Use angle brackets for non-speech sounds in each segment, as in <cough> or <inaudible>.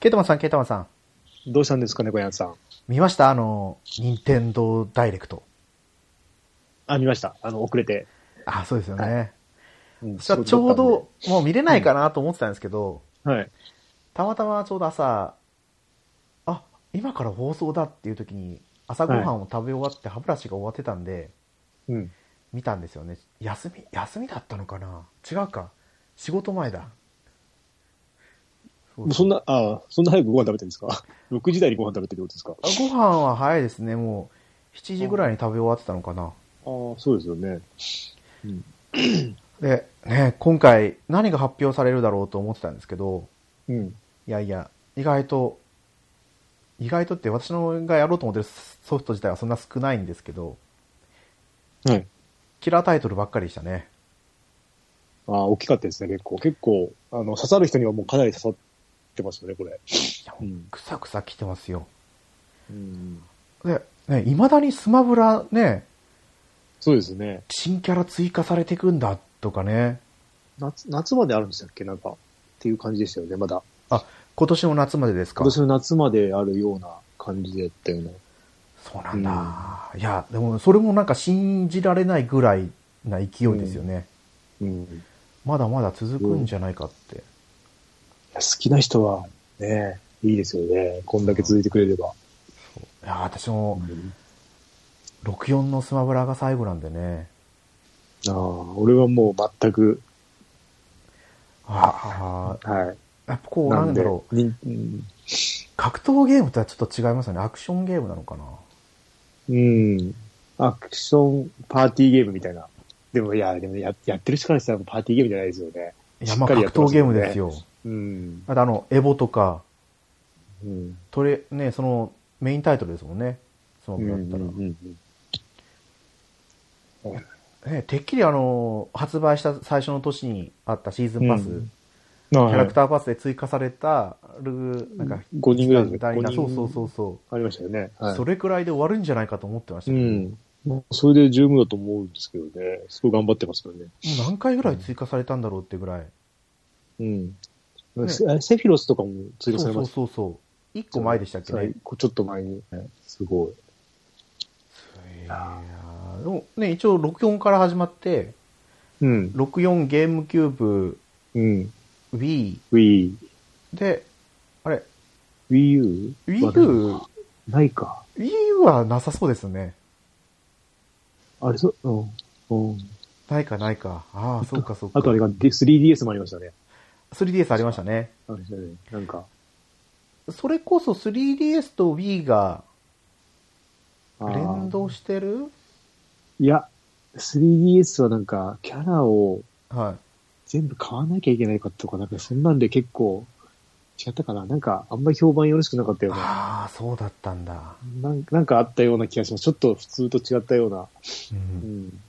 ケイタマンさん、ケイタマンさん。どうしたんですかね、小籔さん。見ましたあの、任天堂ダイレクト。あ、見ました。あの、遅れて。あ、そうですよね。うんそしたらちょうど、もう見れないかなと思ってたんですけど、はい。たまたまちょうど朝、あ、今から放送だっていう時に、朝ごはんを食べ終わって歯ブラシが終わってたんで、うん。見たんですよね。休み、休みだったのかな違うか。仕事前だ。そもううそんな、ああ、そんな早くご飯食べてるんですか <laughs> ?6 時台にご飯食べてるってことですかあご飯は早いですね。もう、7時ぐらいに食べ終わってたのかな。ああ、そうですよね。で、ね、今回何が発表されるだろうと思ってたんですけど、うん。いやいや、意外と、意外とって私のがやろうと思ってるソフト自体はそんな少ないんですけど、はい。キラータイトルばっかりでしたね。ああ、大きかったですね、結構。結構、あの、刺さる人にはもうかなり刺さってますよね、これ。うん。くさくさ来てますよ。うん、で、ね、未だにスマブラね、そうですね。新キャラ追加されてくんだとかね、夏、夏まであるんでしたっけなんか。っていう感じでしたよね、まだ。今年の夏までですか今年の夏まであるような感じだったよね。そうなんだ。いや、でもそれもなんか信じられないぐらいな勢いですよね。うん。まだまだ続くんじゃないかって。好きな人は、ね、いいですよね。こんだけ続いてくれれば。いや、私も64のスマブラが最後なんでね。ああ、俺はもう全く、ああ、はい。やっぱこう、なんだろう。にうん格闘ゲームとはちょっと違いますよね。アクションゲームなのかな。うん。アクション、パーティーゲームみたいな。でも、いや、でもややってる人からしたらパーティーゲームじゃないですよね。いや、まあしっか格りやってま闘すゲーよねムですよ。うん。だってあの、エボとか、うん。トレ、ね、その、メインタイトルですもんね。スマうブんラだったら。うんうんね、てっきりあの、発売した最初の年にあったシーズンパス、うんキャラクタターパスで追加された、ルなんか、 5人ぐらいですね。第二弾五人そうそうそうそありましたよね。う、はいそれくらいで終わるんじゃないかと思ってましたうけど、ん。もうそれで十分だと思うんですけどね。すごい頑張ってますからね。もう何回ぐらい追加されたんだろうってぐらい。うん。ねセセフィロスとかも追加そうそされまうした。そうそう。一個前でしたっけね。ちょっと前に。すごい。いやーでもね、一応64から始まって、うん。 64ゲームキューブ、うん。 Wii、 Wii。で、あれ、 Wii U? Wii はない U か、ないか。 Wii U はなさそうですね。あれ、そ、うん。うん。ないかないか。ああ、そうかそうか。あとあれが D- 3DS もありましたね。 3DS ありましたね。あれですよねなんか。それこそ 3DS と Wii があー連動してるいや、3DS はなんか、キャラをはい。全部買わなきゃいけないかとか、なんかそんなんで結構、違ったかななんか、あんまり評判よろしくなかったような。ああ、そうだったんだ。なんなんかあったような気がします。ちょっと普通と違ったような。うん。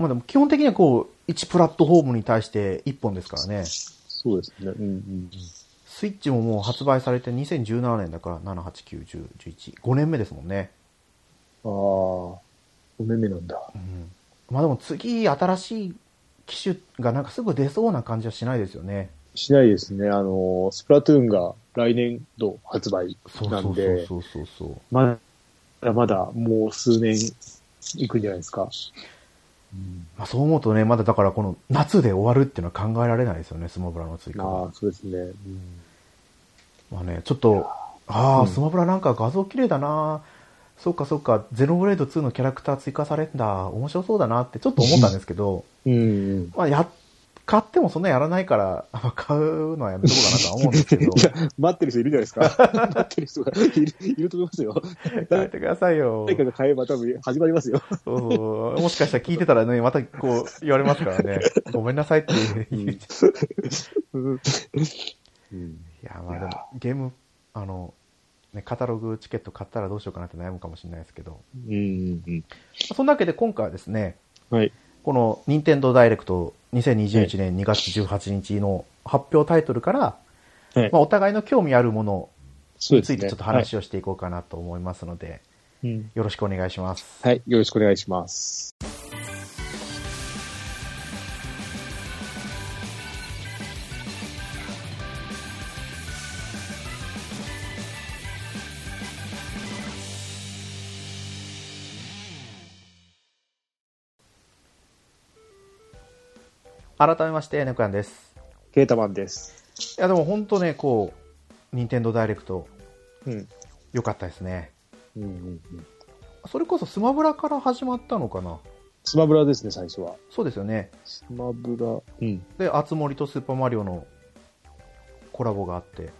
まあでも基本的にはこう、1プラットフォームに対して1本ですからね。そうですね。うんうんスイッチももう発売されて2017年だから、7、8、9、10、11。5年目ですもんね。うん。ああ、お目目なんだ。うん。まあでも次、新しい機種がなんかすぐ出そうな感じはしないですよね。しないですね。あの、スプラトゥーンが来年度発売そうなそんうで、そうそうそうそう。まだまだもう数年いくんじゃないですか。まあそう思うとね、まだだからこの夏で終わるっていうのは考えられないですよね、スマブラの追加は。ああ、そうですね。うんまあね、ちょっと、ああ、うんスマブラなんか画像綺麗だなそうかそうか、ゼノブレード2のキャラクター追加されんだ、面白そうだなってちょっと思ったんですけど、うんうん。まあや、買ってもそんなやらないから、まあ買うのはやめとこうかなとは思うんですけど、 <laughs> いや、待ってる人いるじゃないです <laughs> か。待ってる人がいるいると思いますよ。やめてくださいよ。誰かが買えば多分始まりますよ。そうそうもしかしたら聞いてたらね、またこう言われますからね、ごめんなさいって言っちゃうんう。いや、まあでも、ゲーム、あの、ね、カタログチケット買ったらどうしようかなって悩むかもしれないですけど、うんうんそんなわけで今回はですね、うん。はい。この任天堂ダイレクト2021年2月18日の発表タイトルから、はいまあ、お互いの興味あるものそうにでつすね。いてちょっと話をしていこうかなと思いますので、はいうんよろしくお願いします。はい。よろしくお願いします。改めまして、ネクヤンです。ケータマンです。いや、でも本当ね、こう、任天堂ダイレクト、うん。良かったですね。うんうんうん。それこそスマブラから始まったのかなスマブラですね、最初は。そうですよね。スマブラ。うん。いで、あつ森とスーパーマリオのコラボがあって。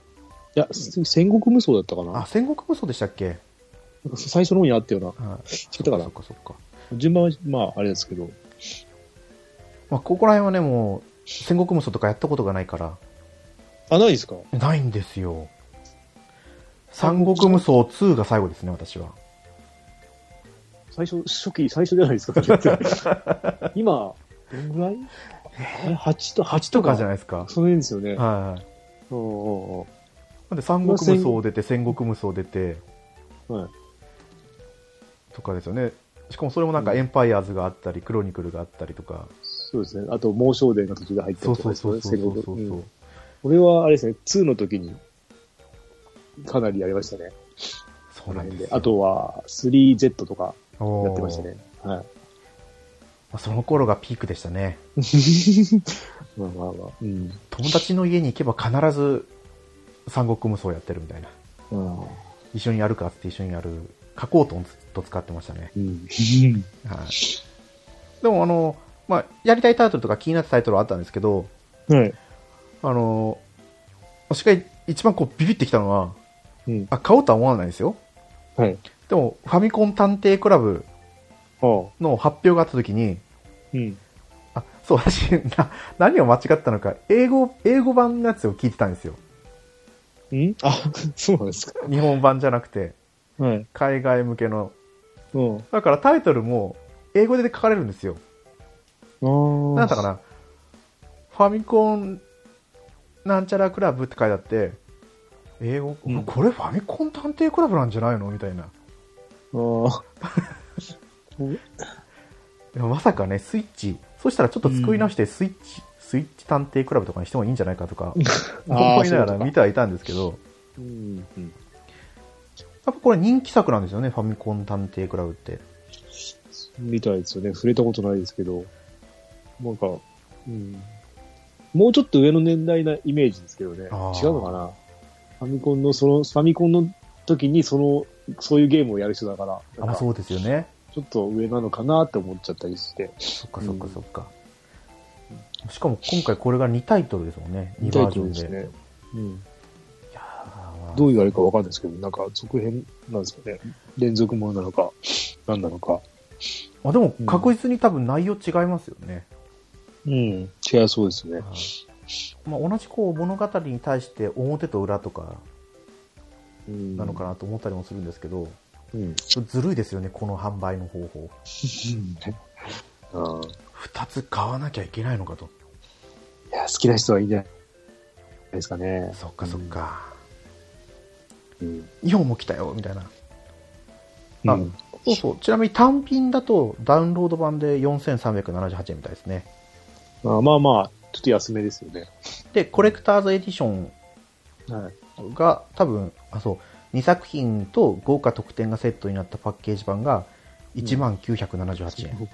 や、す戦国無双だったかあ、な戦国無双でしたっけ最初の方にあったようはな。い。違ったかそっなかそっか。順番は、まあ、あれですけど。まあ、ここら辺はね、もう、戦国無双とかやったことがないから、あ、ないですかないんですよ。三国無双2が最後ですね、私は。最初、初期、最初じゃないですか、だって <laughs> 今、どんぐらいあれ ?8 と、8 8とかじゃないですか。その辺ですよね。はい。おうおなんで三国無双出て戦国無双出てうおうはい。とかですよねしかもそれもなんかエンパイアーズがあったりクロニクルがあったりとかそうですね。あと、猛将伝が途中で入ったそりうとそかうですそよね、うそうそうそう、戦国うん俺は、あれですね、2の時に、かなりやりましたね。そこうのなん辺ですで。よあとは、3Z とかおーやってましたね。はい。まあその頃がピークでしたね <laughs> まあまあまあ。うん。友達の家に行けば必ず三国無双やってるみたいなうん。一緒にやるかっつって一緒にやる書こうとずっと使ってましたね、うん。はい、でもあの、まあ、やりたいタイトルとか気になったタイトルはあったんですけどはい。あのしかし一番こうビビってきたのはうん。あ買おうとは思わないですよはい。でも、ファミコン探偵クラブああ。の発表があった時に、うん。あ、そう、私、な、何を間違ったのか、英語、英語版のやつを聞いてたんですよ。うんあ、 <laughs> そうなんですか。日本版じゃなくて、はい。海外向けの。うん。だからタイトルも、英語で書かれるんですよ。ああ。なんだったかな、ファミコン、なんちゃらクラブって書いてあって、英語、うんこれファミコン探偵クラブなんじゃないのみたいな。あでもまさかね、スイッチ、そしたらちょっと作り直して、スイッチ、スイッチ探偵クラブとかにしてもいいんじゃないかとか、 <laughs> あ。思いながらそういう見こてはいたんですけど、とかうん。うんやっぱこれ人気作なんですよね、ファミコン探偵クラブって。みたいですよね。触れたことないですけど。なんか、うん。もうちょっと上の年代なイメージですけどね。違うあーのかなファミコンの、その、ファミコンの時に、その、そういうゲームをやる人だから、あ、まなんあかそうですよね。ちょっと上なのかなって思っちゃったりして。そっかそっかそっか。しかも今回これが2タイトルですもんね、2みたいバでージョンで。すね。うん。いやーまあどういうあれかわかんないですけど、なんか続編なんですかね。連続ものなのか、なんなのか。まあ、でも確実に多分内容違いますよね。うん。違いそうですはね。いまあ、同じこう物語に対して表と裏とかうん。なのかなと思ったりもするんですけど、うん。ずるいですよね、この販売の方法。うん。 2つ買わなきゃいけないのかと。いや、好きな人はいいんじゃないですかね。そっかそっか。うん。イオンも来たよ、みたいな。あ、あそうそう。ちなみに単品だとダウンロード版で4378円みたいですね。あまあまあ、ちょっと安めですよね。で、コレクターズエディションはい。が多分、あ、そう、2作品と豪華特典がセットになったパッケージ版が1978円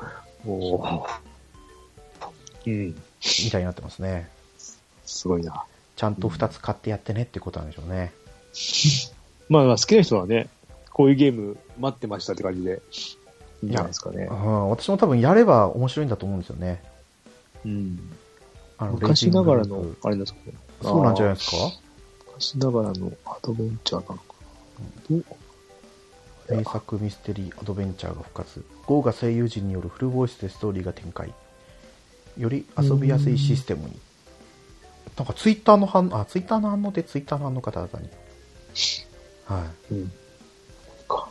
おお。うん。みたいになってますね。すごいな。ちゃんと2つ買ってやってねってことなんでしょうね。まあまあ、好きな人はね、こういうゲーム待ってましたって感じで、いいんじゃないですかねう。ん、私も多分やれば面白いんだと思うんですよね。うん。あの昔ながらレーシングのゲーム、あれなんですかね。そうなんじゃないいですか昔ながらのアドベンチャーなのかな。どうあ名作ミステリーアドベンチャーが復活豪華声優陣によるフルボイスでストーリーが展開より遊びやすいシステムになんかツイッターの反あツイッターの反応ってツイッターの反応方々にはうん。か。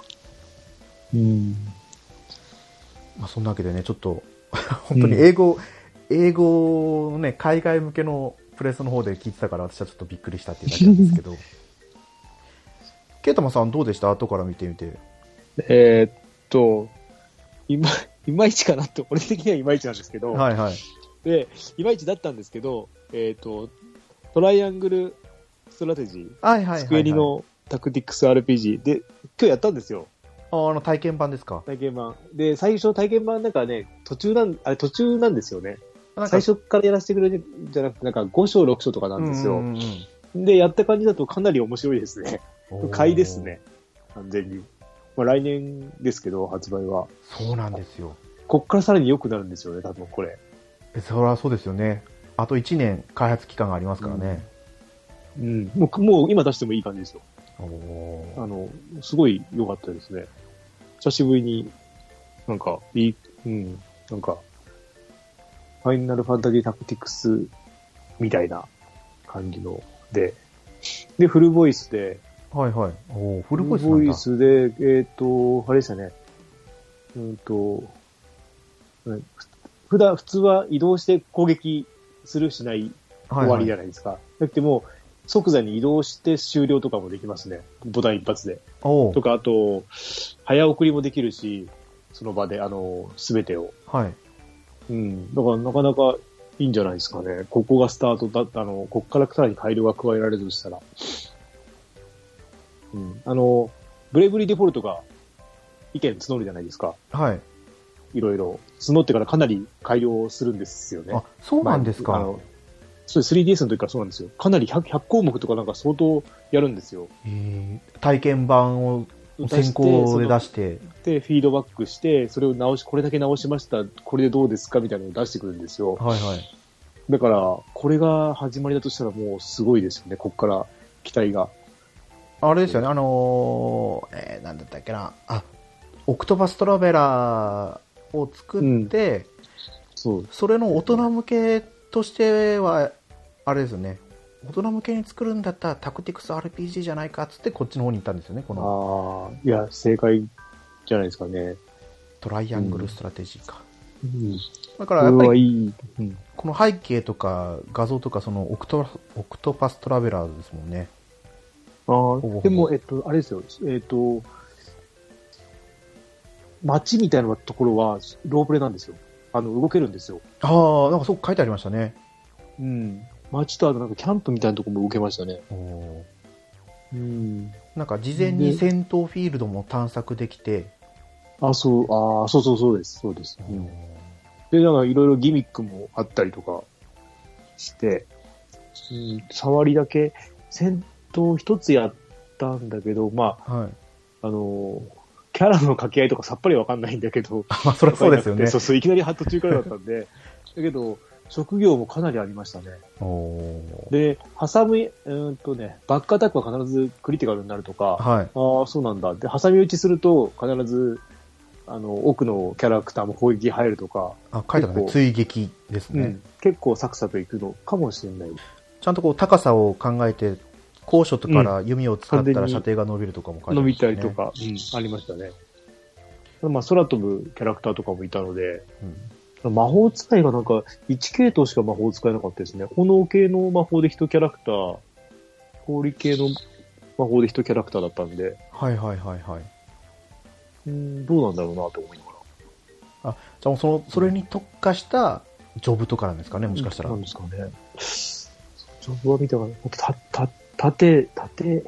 うん。い、まあ、そんなわけでねちょっと <laughs> 本当に英語、英語のね海外向けのプレスの方で聞いてたから私はちょっとびっくりしたっていうだけなんですけ <laughs> どケイタマさんどうでした後から見てみてえーっと、いま、 <laughs> いまいちかなって、俺的にはいまいちなんですけど、はいはいで、いまいちだったんですけど、えーっと、トライアングルストラテジー、はいはいはい、はい、スクエニのタクティクス RPG で、今日やったんですよ、ああの体験版ですか体験版。で、最初の体験版なんかね、途中なん、あれ途中なんですよね。なんか最初からやらせてくれるんじゃなくて、なんか5章、6章とかなんですよ。で、やった感じだとかなり面白いですね。買いです。ね。完全に。まあ、来年ですけど、発売は。そうなんですよ。こっからさらに良くなるんですよね、多分これ。えそれはそうですよね。あと1年開発期間がありますからね。うん。もう、もう今出してもいい感じですよ。おーあの、すごい良かったですね。久しぶりに、なんか、いい、うん、なんか、ファイナルファンタジータクティクスみたいな感じので、で、フルボイスで、はいはい。おーフフルボイスなんだ。ルボイスで、えっ、と、あれでしたね、うんと、うんふ普段、普通は移動して攻撃するしないはいはい終わりじゃないですか。だってもう、即座に移動して終了とかもできますね。ボタン一発で。おとーか、あと、早送りもできるし、その場で、あの、すべてを。はい。うん。だから、なかなかいいんじゃないですかね。ここがスタートだったの、ここからさらに改良が加えられるとしたら。うん。あの、ブレイブリーデフォルトが意見募るじゃないですか。はい。いろいろ。募ってからかなり改良をするんですよね。あ、そうなんですまああか。のそう、3DS の時からそうなんですよ。かなり 100, 100項目とかなんか相当やるんですよ。えー体験版を先出し行てで出して。で、フィードバックして、それを直し、これだけ直しました、これでどうですかみたいなのを出してくるんですよ。はいはい。だから、これが始まりだとしたらもうすごいですよね、こっから期待が。あれですよね、あのー、えー、なんだったっけな、あ、オクトパストラベラーを作って、そう。それの大人向けとしては、あれですよね、大人向けに作るんだったらタクティクス RPG じゃないかっつってこっちの方に行ったんですよね、このああ、いや、正解じゃないですかね。トライアングルストラテジーか。うん。だかこらやっぱれはりいい。うん。この背景とか画像とかそのオクトオクトパストラベラーズですもんね。あぼほぼあ、でも、えっと、あれですよ、えっと、街みたいなところは、ロープレなんですよ。あの、動けるんですよ。ああ、なんかそう書いてありましたね。うん。街と、あとなんかキャンプみたいなところも動けましたね。おーうん。なんか事前に戦闘フィールドも探索できて、あ、そう、ああ、そうそうそうです、そうです。うん、で、なんかいろいろギミックもあったりとかして、うん、触りだけ、戦闘一つやったんだけど、はまい。あ、あのーキャラの掛け合いとかさっぱりわかんないんだけど、まあ、そりゃそうですよねそ。うそう、いきなり途中からだったんで、 <laughs> だけど、職業もかなりありましたね。おーで、挟む、うーんとね、バックアタックは必ずクリティカルになるとか、はい。ああ、そうなんだ。で、挟み撃ちすると、必ず、あの、奥のキャラクターも攻撃入るとか、あ、書いてある結ね。構追撃ですね、うん結構サクサクいくのかもしれない。ちゃんとこう、高さを考えて、高所とから弓を使った完全らに射程が伸びるとかも書いてあ伸りまびしたたねりと。か、うんありましたね。まあ、空飛ぶキャラクターとかもいたので、うん魔法使いがなんか、1系統しか魔法使えなかったですね。炎系の魔法で1キャラクター、氷系の魔法で1キャラクターだったんで、はいはいはいはい。うん、どうなんだろうなと思いながら。じゃあ、その、それに特化した、ジョブとかなんですかね、もしかしたら。なんですかね。ジョブは見たかな。た、た、縦、縦、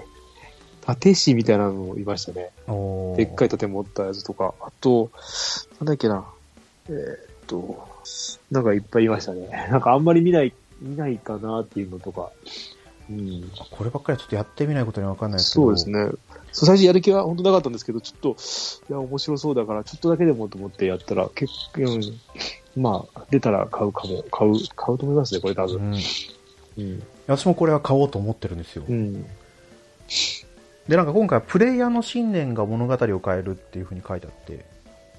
縦師みたいなのもいましたね。おーでっかい盾持ったやつとか。あと、なんだっけな。えーっと、なんかいっぱいいましたね。 <laughs> なんかあんまり見ない、見ないかなっていうのとか。うん。こればっかりはちょっとやってみないことには分かんないですけど。そうですね。ね。そう最初やる気は本当なかったんですけど、ちょっと、いや、面白そうだから、ちょっとだけでもと思ってやったら、結構、うん、まあ、出たら買うかも、買う、買うと思いますね、これ多分。ん。うん。私もこれは買おうと思ってるんですよ。うん。で、なんか今回、プレイヤーの信念が物語を変えるっていうふうに書いてあって、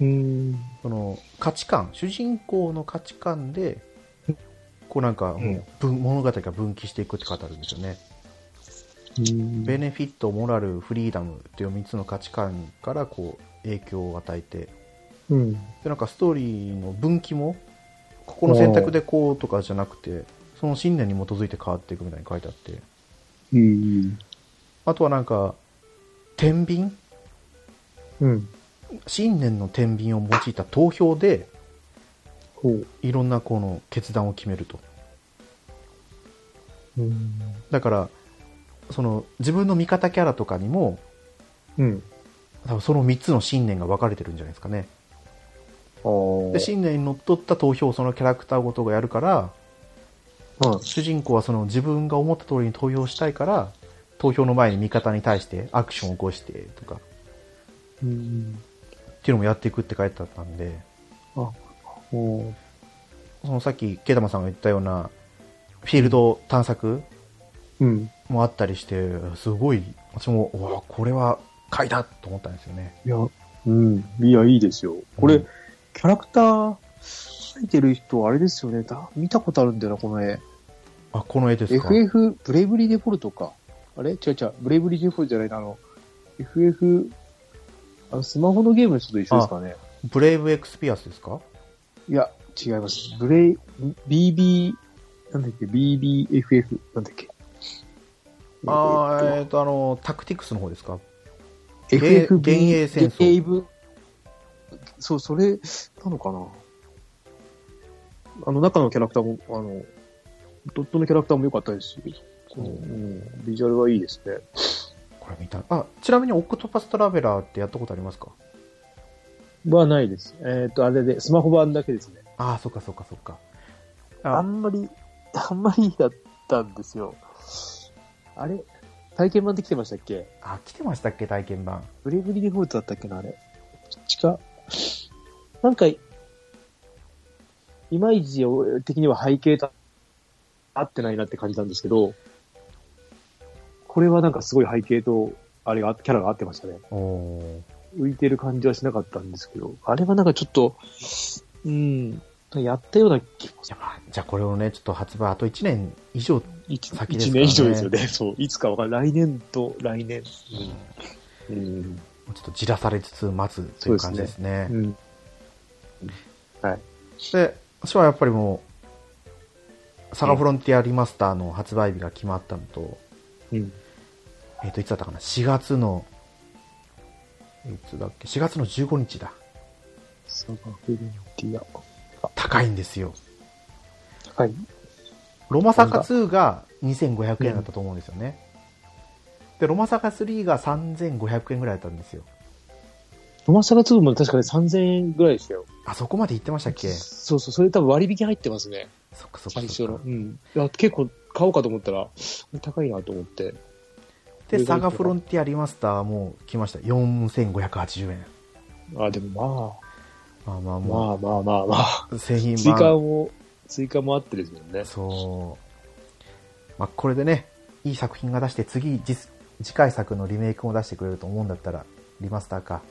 うん。その価値観主人公の価値観でこうなんかんもう分物語が分岐していくって語るんですよね、ベネフィットモラルフリーダムっていう3つの価値観からこう影響を与えてでうん。なんかストーリーの分岐もここの選択でこうとかじゃなくてその信念に基づいて変わっていくみたいに書いてあってうん。あとはなんか天秤うん。信念の天秤を用いた投票でほう。いろんなこの決断を決めるとうん。だからその自分の味方キャラとかにもうん。多分その3つの信念が分かれてるんじゃないですかねおでー信念にのっとった投票をそのキャラクターごとがやるからうん。主人公はその自分が思った通りに投票したいから投票の前に味方に対してアクションを起こしてとかっうん。ていうのもやっていくって書いてあったんでおーそのさっきケイタマさんが言ったようなフィールド探索うん。もあったりしてすごい私もうわこれは買いだと思ったんですよねいや、うん。いや、いいですよ。これ、うんキャラクター、書いてる人、あれですよね。だ見たことあるんだよな、この絵。あこの絵ですか FF、ブレイブリーデフォルトか。あれ違う違う。ブレイブリーデフォルトじゃないな、あの、FF、あの、スマホのゲームの人と一緒ですかね。ブレイブエクスピアスですかいや、違います。ブレイ、BB、なんだっけ、BBFF、なんだっけ。あーええっとあのタクティクスの方ですかーっと幻影戦争幻影分そう、それ、なのかな。あの、中のキャラクターも、あの、ドットのキャラクターも良かったですし、そのおう、うんビジュアルはいいですね。これ見たあちなみにオクトパストラベラーってやったことありますかはないです。えっ、と、あれで、スマホ版だけですね。ああそっかそっかそっかああんまり、あんまりだったんですよ。あれ体験版で来てましたっけあ来てましたっけ体験版ブレイブリーデフォルトだったっけな、あれ。地下。なんか、いまいち俺的には背景と合ってないなって感じたんですけど、これはなんかすごい背景と、あれが、キャラが合ってましたね。おお浮いてる感じはしなかったんですけど、あれはなんかちょっと、うん、やったような気もすじるゃあ,、まあ、じゃあこれをねちょっと発売あと1年以上一先ですか一らね年以上ですよね。そう。いつかわかんない。来年と来年。うん。もうちょっとじらされつつ待つという感じですねうでん。私はやっぱりもうサガフロンティアリマスターの発売日が決まったのと、うん。えっ、と、いつだったかな ?4 月の、いつだっけ ?4 月の15日だ。サガフロンティア。高いんですよ。はい。ロマサカ2が2500円だったと思うんですよね。で、ロマサカ3が3500円ぐらいだったんですよ。ロマサガ2も確かに3000円ぐらいでしたよ。あ、そこまで行ってましたっけそそうそう、それ多分割引入ってますね。っかそっか最そ初っの。かう。ん。いや、結構買おうかと思ったら、高いなと思って。で、サガフロンティアリマスターはもう来ました。4580円。あ、でもまあまあまあ、もまあまあまあまあ。う、製品追加版。も、追加もあってですもんね。そう。まあ、これでね、いい作品が出して、次、実次回作のリメイクも出してくれると思うんだったら、リマスターか。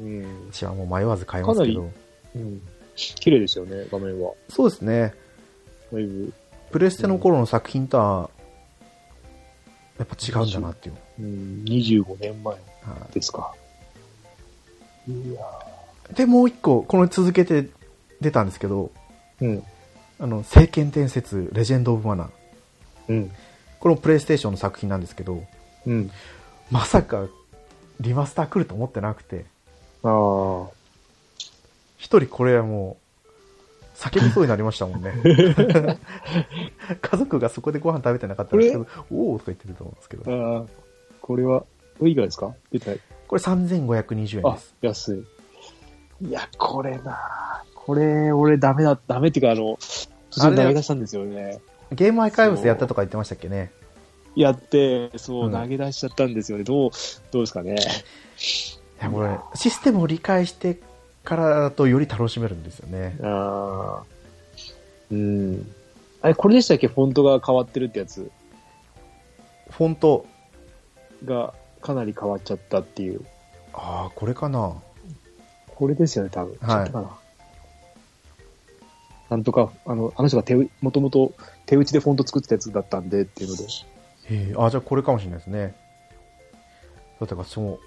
うん。私はもう迷わず買いますけかど。うん。綺麗ですよね、画面は。そうですね。だいぶ。プレステの頃の作品とは、やっぱ違うんだなっていう。うん、25年前はですか。いやいで、もう一個、この続けて出たんですけど、うん。あの、聖剣伝説、レジェンド・オブ・マナー。うん。これもプレイステーションの作品なんですけど、うん。まさか、リマスター来ると思ってなくて、ああ。一人これはもう、叫びそうになりましたもんね。家族がそこでご飯食べてなかったんですけど、おおーとか言ってると思うんですけど、ああ、これは、これいくらですか出たこれ3520円あです。、安い。いや、これなこれ、俺ダメだ、ダメっていうか、あの、途中で投げ出したんですよね。ゲームアイカイブスでやったとか言ってましたっけね。やって、そうう、ん投げ出しちゃったんですよね。どう、どうですかね。いやこれシステムを理解してからだとより楽しめるんですよねああ。うん。あれ、これでしたっけフォントが変わってるってやつフォントが、かなり変わっちゃったっていう。ああこれかなこれですよね、多分。はいちょっとかな。なんとか、あの、あの人が手う、もともと手打ちでフォント作ってたやつだったんでっていうので。へえあーじゃあこれかもしれないですねだって私も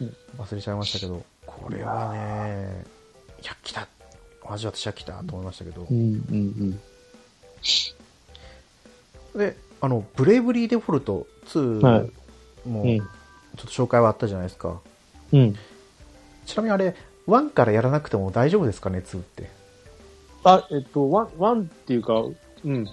うん忘れちゃいましたけどこれはねいや来たマジ私は来たと思いましたけどうんうんであのブレイブリーデフォルトは2いもうんちょっと紹介はあったじゃないですか、うん。うん。ちなみにあれ1からやらなくても大丈夫ですかね2ってあ、えっと、ワン、ワンっていうか、うん。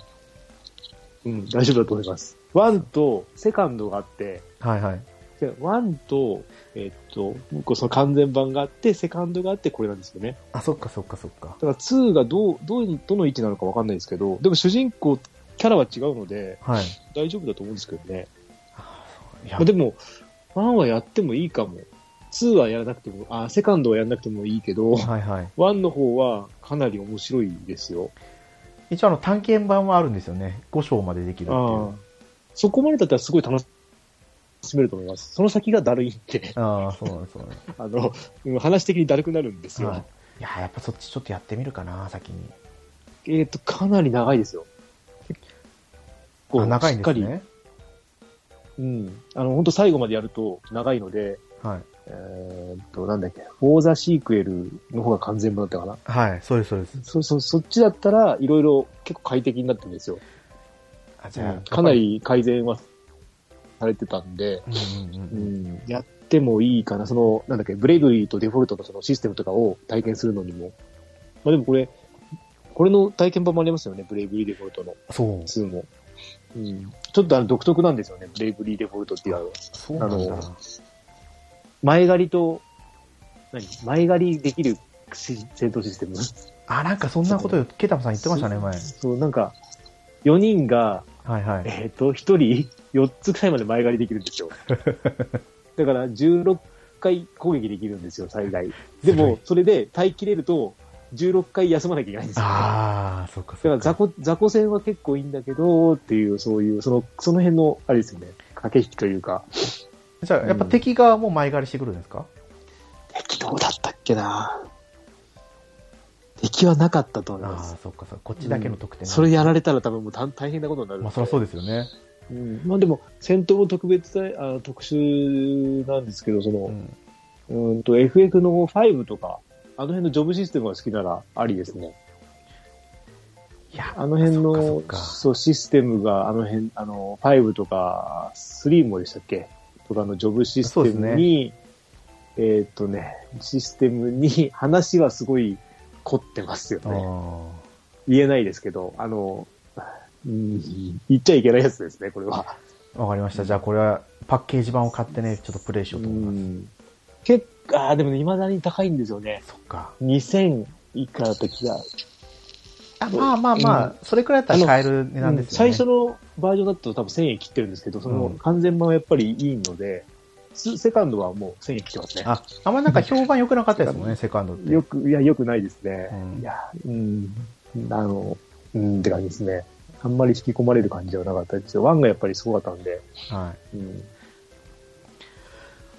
うん、大丈夫だと思います。ワンとセカンドがあって、はいはいセけど、1と、えっと、もう一個その完全版があって、セカンドがあってこれなんですよね。あ、そっかそっかそっかだ。から2がどう、どういう、どの位置なのかわかんないですけど、でも主人公、キャラは違うので、はい。大丈夫だと思うんですけどね。いやまあ、でも、1はやってもいいかも。2はやらなくても、あ、セカンドはやらなくてもいいけど、はいはい。 1の方はかなり面白いですよ。一応あの、探検版はあるんですよね。5章までできるっていう。ああそこまでだったらすごい楽しめると思います。その先がだるいんで、 <laughs> ああ、そうなんです、そうなんであの、うん話的にだるくなるんですす。よ。はい、いや、やっぱそっちちょっとやってみるかな、先に。えっ、と、かなり長いですよ。結構あ、長いんですしっかね。り、うん。あの、本当最後までやると長いので、はい。えーっと、なんだっけ、フォーザシークエルの方が完全版だったかな。はい、そうです、そうです。そ、そ、そっちだったら、いろいろ結構快適になってるんですよ。あじゃあ、うんかな。り改善はされてたんで、うんうんうんううん。ん、やってもいいかな。その、なんだっけ、ブレイブリーとデフォルトのそのシステムとかを体験するのにも。まあでもこれ、これの体験版もありますよね、ブレイブリーデフォルトのそう。 2も。うん、ちょっとあの独特なんですよね、ブレイブリーデフォルトっていうあのそうなんだあ。の前借りと、何前借りできるし戦闘システムあ、なんかそんなことよ、ケタムさん言ってましたね、前。そう、なんか、4人が、はいはい。えっ、と、1人4つくらいまで前借りできるんです <laughs> よ。だから16回攻撃できるんですよ、最大。でも、それで耐えきれると、16回休まなきゃいけないんですよ。だああ、そっかそっか。から雑魚、雑魚戦は結構いいんだけど、っていう、そういう、その、その辺の、あれですよね、駆け引きというか、じゃあ、やっぱ敵側も前借りしてくるんですか、敵どうだったっけな敵はなかったと思いあますあ、。そっかそっか。こっちだけの得点、それやられたら多分もう大大変なことになるんで。まあ、そりゃそうですよね。うん、まあでも、戦闘も特別だあの特殊なんですけど、その、うん。うーんと、FF の5とか、あの辺のジョブシステムが好きならありですね。いや、あの辺の、そそっかそっかう、システムが、あの辺、あの、5とか、3もでしたっけとかのジョブシステムに、えーっとね、システムに話はすごい凝ってますよあね。ー言えないですけど、あの、うん、言っちゃいけないやつですね、これは。わかりました。じゃあ、これはパッケージ版を買ってね、ちょっとプレイしようと思います。うん結構、あーでもね、未だに高いんですよね。そっか。 2000いくらだった気が。あまあまあまあ、うんそれくらいだったら買える値段ですよ最ね。初のバージョンだと多分1000円切ってるんですけど、そうのん完全版はやっぱりいいので、すセカンドはもう1000円切ってますね。あ、あんまりなんか評判良くなかったですもん <laughs> ね、セカンドって。よく、いや、よくないですね。うんいや、うん、あの、うんって感じですね。あんまり引き込まれる感じではなかったですよ。ワンがやっぱりすごかったんで。はい。うん、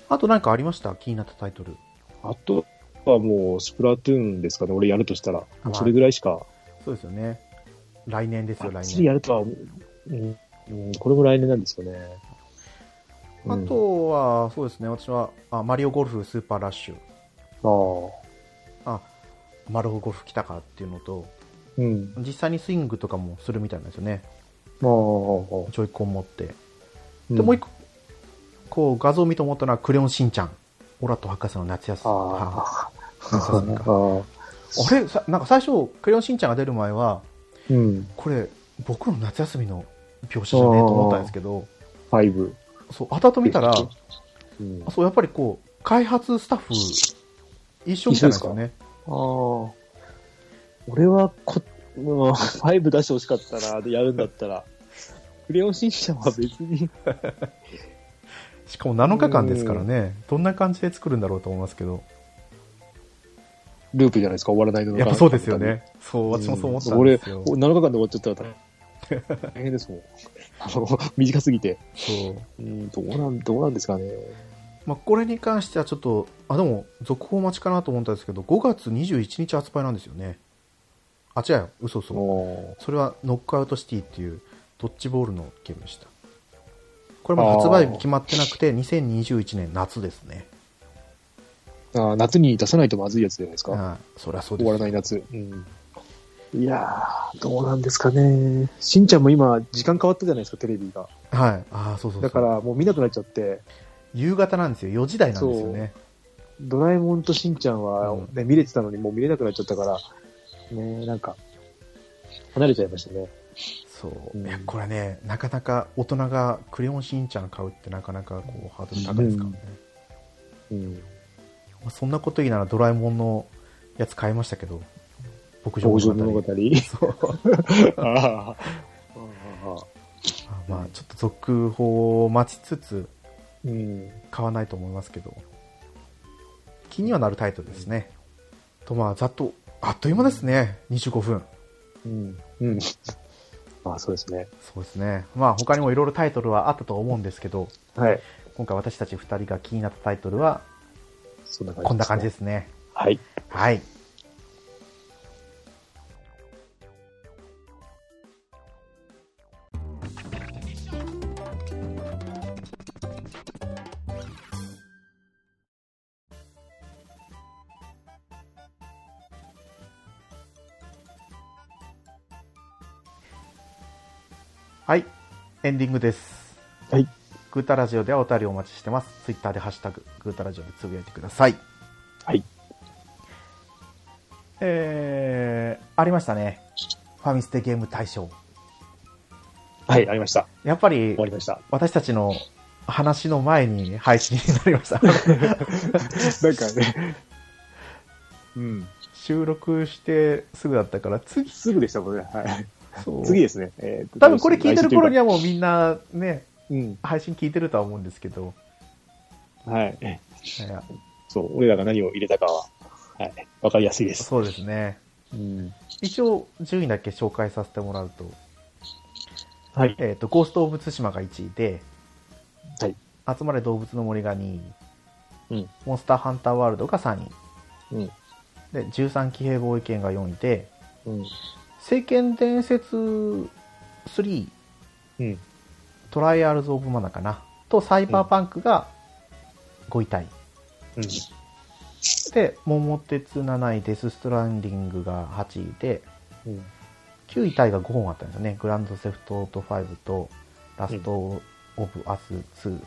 あとなんかありました気になったタイトル。あとはもう、スプラトゥーンですかね。俺やるとしたら。あそれぐらいしかそうですよね。来年ですよ、がっ来つ年。りやるとは思う、うんうん、これも来年なんですよね。あとは、そうですね、私は、あマリオゴルフスーパーラッシュ。うん、ああ、あ、マルオゴルフ来たかっていうのと、うん。実際にスイングとかもするみたいなんですよね。ああ、ジョイコン持って。でで、もう一個、こう、画像を見て思ったのは、クレヨンしんちゃん。オラと博士の夏休み。あああ、夏休みか。ああ、あれさなんか最初、クレヨンしんちゃんが出る前は、うん。これ、僕の夏休みの描写じゃねえと思ったんですけど、ファイブ。そう、後々見たら、うん、あそう、やっぱりこう、開発スタッフ、一緒みたいなんですよね。あ。俺はこ、うん、ファイブ出してほしかったな、でやるんだったら。クレヨンしんちゃんは別に。しかも7日間ですからね、どんな感じで作るんだろうと思いますけど、ループじゃないですか、終わらないのがやっぱそうですよ。ね。そう、私もそう思ったんですよ。俺、7日間で終わっちゃったら大変ですもん。 <laughs> あの、短すぎて。そう。うん、どうなん、どうなんですかね。まあ、これに関してはちょっと、あ、でも、続報待ちかなと思ったんですけど、5月21日発売なんですよね。あ、違うよ。嘘あそう。ーそれは、ノックアウトシティっていう、ドッジボールのゲームでした。これも発売日決まってなくて、2021年夏ですね。あー、夏に出さないとまずいやつじゃないですか。あそりゃそうで終すわよらない夏。いやー、どうなんですかね。しんちゃんも今、時間変わったじゃないですか、テレビが。はい。ああ、そうそうそうだから、もう見なくなっちゃって、夕方なんですよ。4時台なんですよね。ドラえもんとしんちゃんは、うんね見れてたのにもう見れなくなっちゃったから、ねなんか、離れちゃいましたね。そうそう、うんいやこれねなかなか大人が「クレヨンしんちゃん」買うってなかなかこうハードル高いですからね、うん。まあ、そんなこと言いならドラえもんのやつ買いましたけど牧場王女物物語語そうああ。あああ。まあちょっと続報を待ちつつ <laughs> うん。買わないと思いますけど気にはなるタイトルですね、とまあざっとあっという間ですね25分うん。うん。 <laughs> まあ、そうですね。そうですねまあ他にもいろいろタイトルはあったと思うんですけどはい。今回私たち2人が気になったタイトルはそんな感じ、こんな感じですねす。はい。はいはいエンディングですはいグータラジオではお便りお待ちしてますツイッターでハッシュタググータラジオでつぶやいてくださいはい。えー、ありましたね。ファミステゲーム大賞。はい、ありました。やっぱり終わりました。私たちの話の前に配信になりました。 <laughs> なんかね。うん。収録してすぐだったから、次、すぐでしたもんね。はい。そう次ですね。えーと多分これ聞いてる頃には。はもうみんなね、うん。配信聞いてるとは思うんですけど、はい。いやそう、俺らが何を入れたかは、はい。わかりやすいです。そうですね。うん。一応、順位だけ紹介させてもらうと、はい。えっ、と、ゴースト・オブ・ツシマが1位で、はい集まれ動物の森が2位、うんモンスターハンターワールドが3位、うん。で、13騎兵防衛権が4位で、うん。聖剣伝説3うん。トライアルズ・オブ・マナかなとサイバーパンクが5位タイ、うん。で桃鉄7位デス・ストランディングが8位でうん。 9位タイが5本あったんですよねグランドセフトオート5とラスト・オブ・アス2、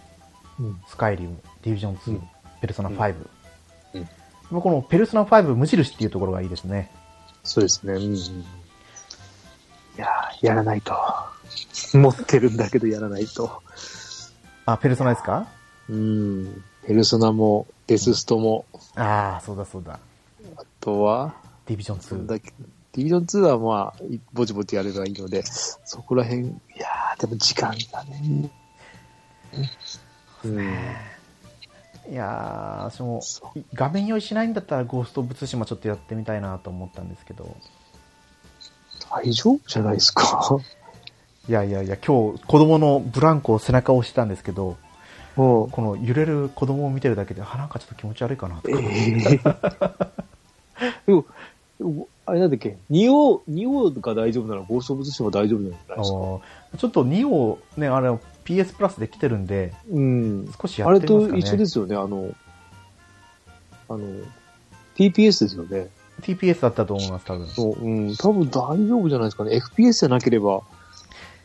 うん。スカイリムディビジョン2、うんペルソナ5、うんうんまあこのペルソナ5無印っていうところがいいですねそうですね。うん。いやーやらないと。持ってるんだけどやらないと。あペルソナですかうん。ペルソナも、デスストも、ああそうだそうだあとは、ディビジョンそ2んだけ、ディビジョン2はまあ、いぼちぼちやればいいので、そこら辺、いやー、でも時間だね。うん。いやー、私もそ画面用意しないんだったらゴースト・オブ・ツシマちょっとやってみたいなと思ったんですけど、大丈夫じゃないですか。いやいやいや、今日子供のブランコを背中を押してたんですけど、もこの揺れる子供を見てるだけで、あ、なんかちょっと気持ち悪いかなとう、えか。 <laughs> ー、でも、でもあれなんだっけ、ニオ、ニオが大丈夫なら、ゴースト・オブ・ツシマ大丈夫なんじゃないあですか。のちょっと2をね、あれ PS プラスで来てるんで、うん。少しやあっれてみますとかね。一緒ですよね、あの、あの、TPS ですよね。 TPS だったと思います、多分。いそう、うん、多分大丈夫じゃないですかね。FPS じゃなければ。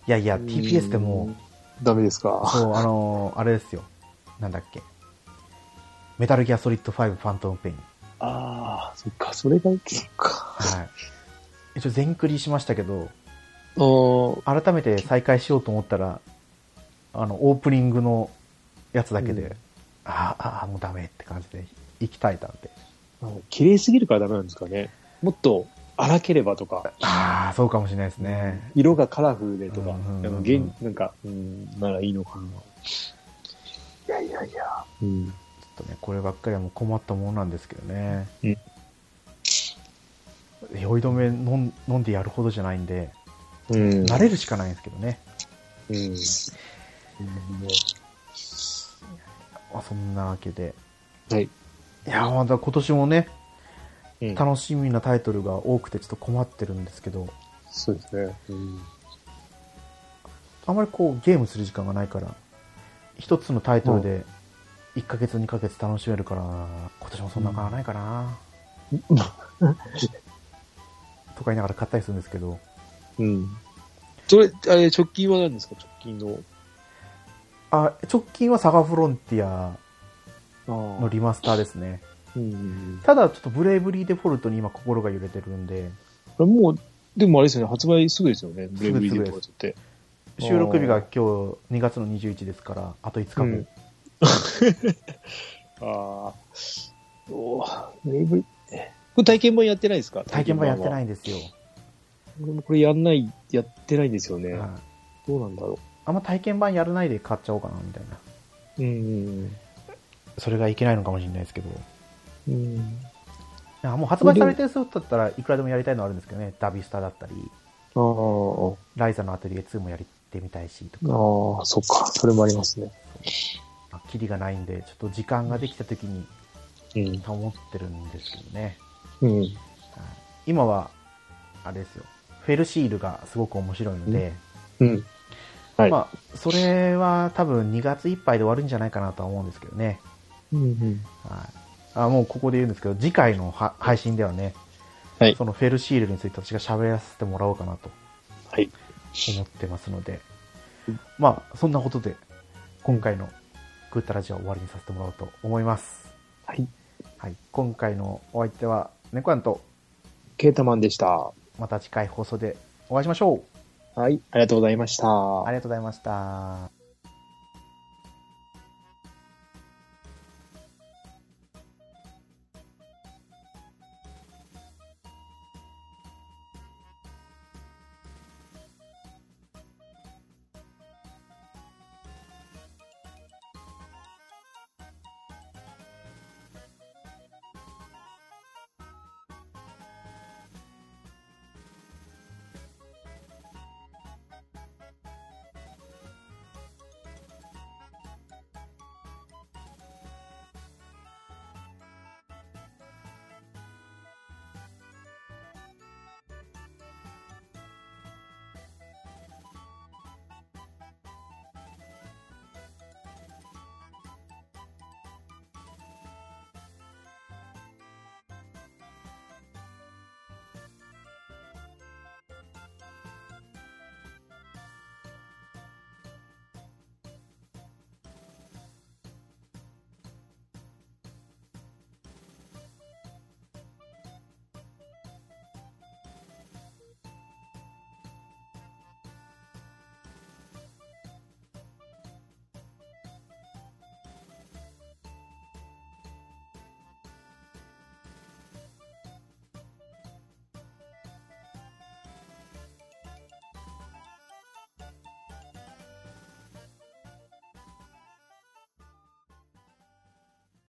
やいや、TPS でも、うん。ダメですか。そう、あのーあれですよ。なんだっけ。メタルギアソリッド5ファントムペイン。ああ、そっか、それが、そっか。はい。一応全クリしましたけど、あー改めて再開しようと思ったら、あの、オープニングのやつだけで、うんあーあー、もうダメって感じで、行きたいたんで。あの綺麗すぎるからダメなんですかね。もっと荒ければとか、ああ、そうかもしれないですね。色がカラフルでとか、うんうんうんなんかげんなんか、うん、ならいいのかな。いやいやいや。うん。ちょっとね、こればっかりはもう困ったものなんですけどね。うん酔い止め飲ん飲んでやるほどじゃないんで、うん。慣れるしかないんですけどね。うん。うんまあ、そんなわけで。はい。いやー、また今年もね、うん楽しみなタイトルが多くてちょっと困ってるんですけど、そうですね。うん。あまりこうゲームする時間がないから、一つのタイトルで1ヶ月2ヶ月楽しめるから、今年もそんな買わないかな、とか言いながら買ったりするんですけど、うん。それ、あれ、直近は何ですか直近の。あ、直近はサガフロンティアあのリマスターですね。うん。ただちょっとブレイブリーデフォルトに今心が揺れてるんで、これもう、でもあれですよね、発売すぐですよね、ブレイブリーディーすポぐーズって。収録日が今日2月の21ですから、あと5日後。うんああ。おーブレイブリーえこれ体験版やってないですか。体験版やってないいんですよ。俺もこれやんない、やってないんですよね。はいどうなんだろあんま体験版やらないで買っちゃおうかな、みたいな。う。うん。それがいけないのかもしれないですけど。うん。あもう発売されてるソフトだったらいくらでもやりたいのあるんですけどね。ダビスタだったり、ああ。ライザのアトリエ2もやりてみたいしとか、ああ、そっか。それもありますね。まあキリがないんで、ちょっと時間ができた時にうん。思ってるんですけどね。うん。はい今は、あれですよ。フェルシールがすごく面白いので、うん。はい。まあ、それは多分2月いっぱいで終わるんじゃないかなとは思うんですけどね。うんうん。はい。あ、もうここで言うんですけど、次回のは配信ではね、はいそのフェルシールについて私が喋らせてもらおうかなとはい。思ってますのでうん、まあ、そんなことで、今回のグータラジオは終わりにさせてもらおうと思います。はい。はい。今回のお相手は、ネコアンと、ケータマンでした。また次回放送でお会いしましょう。はい。ありがとうございましあた。りがとうございました。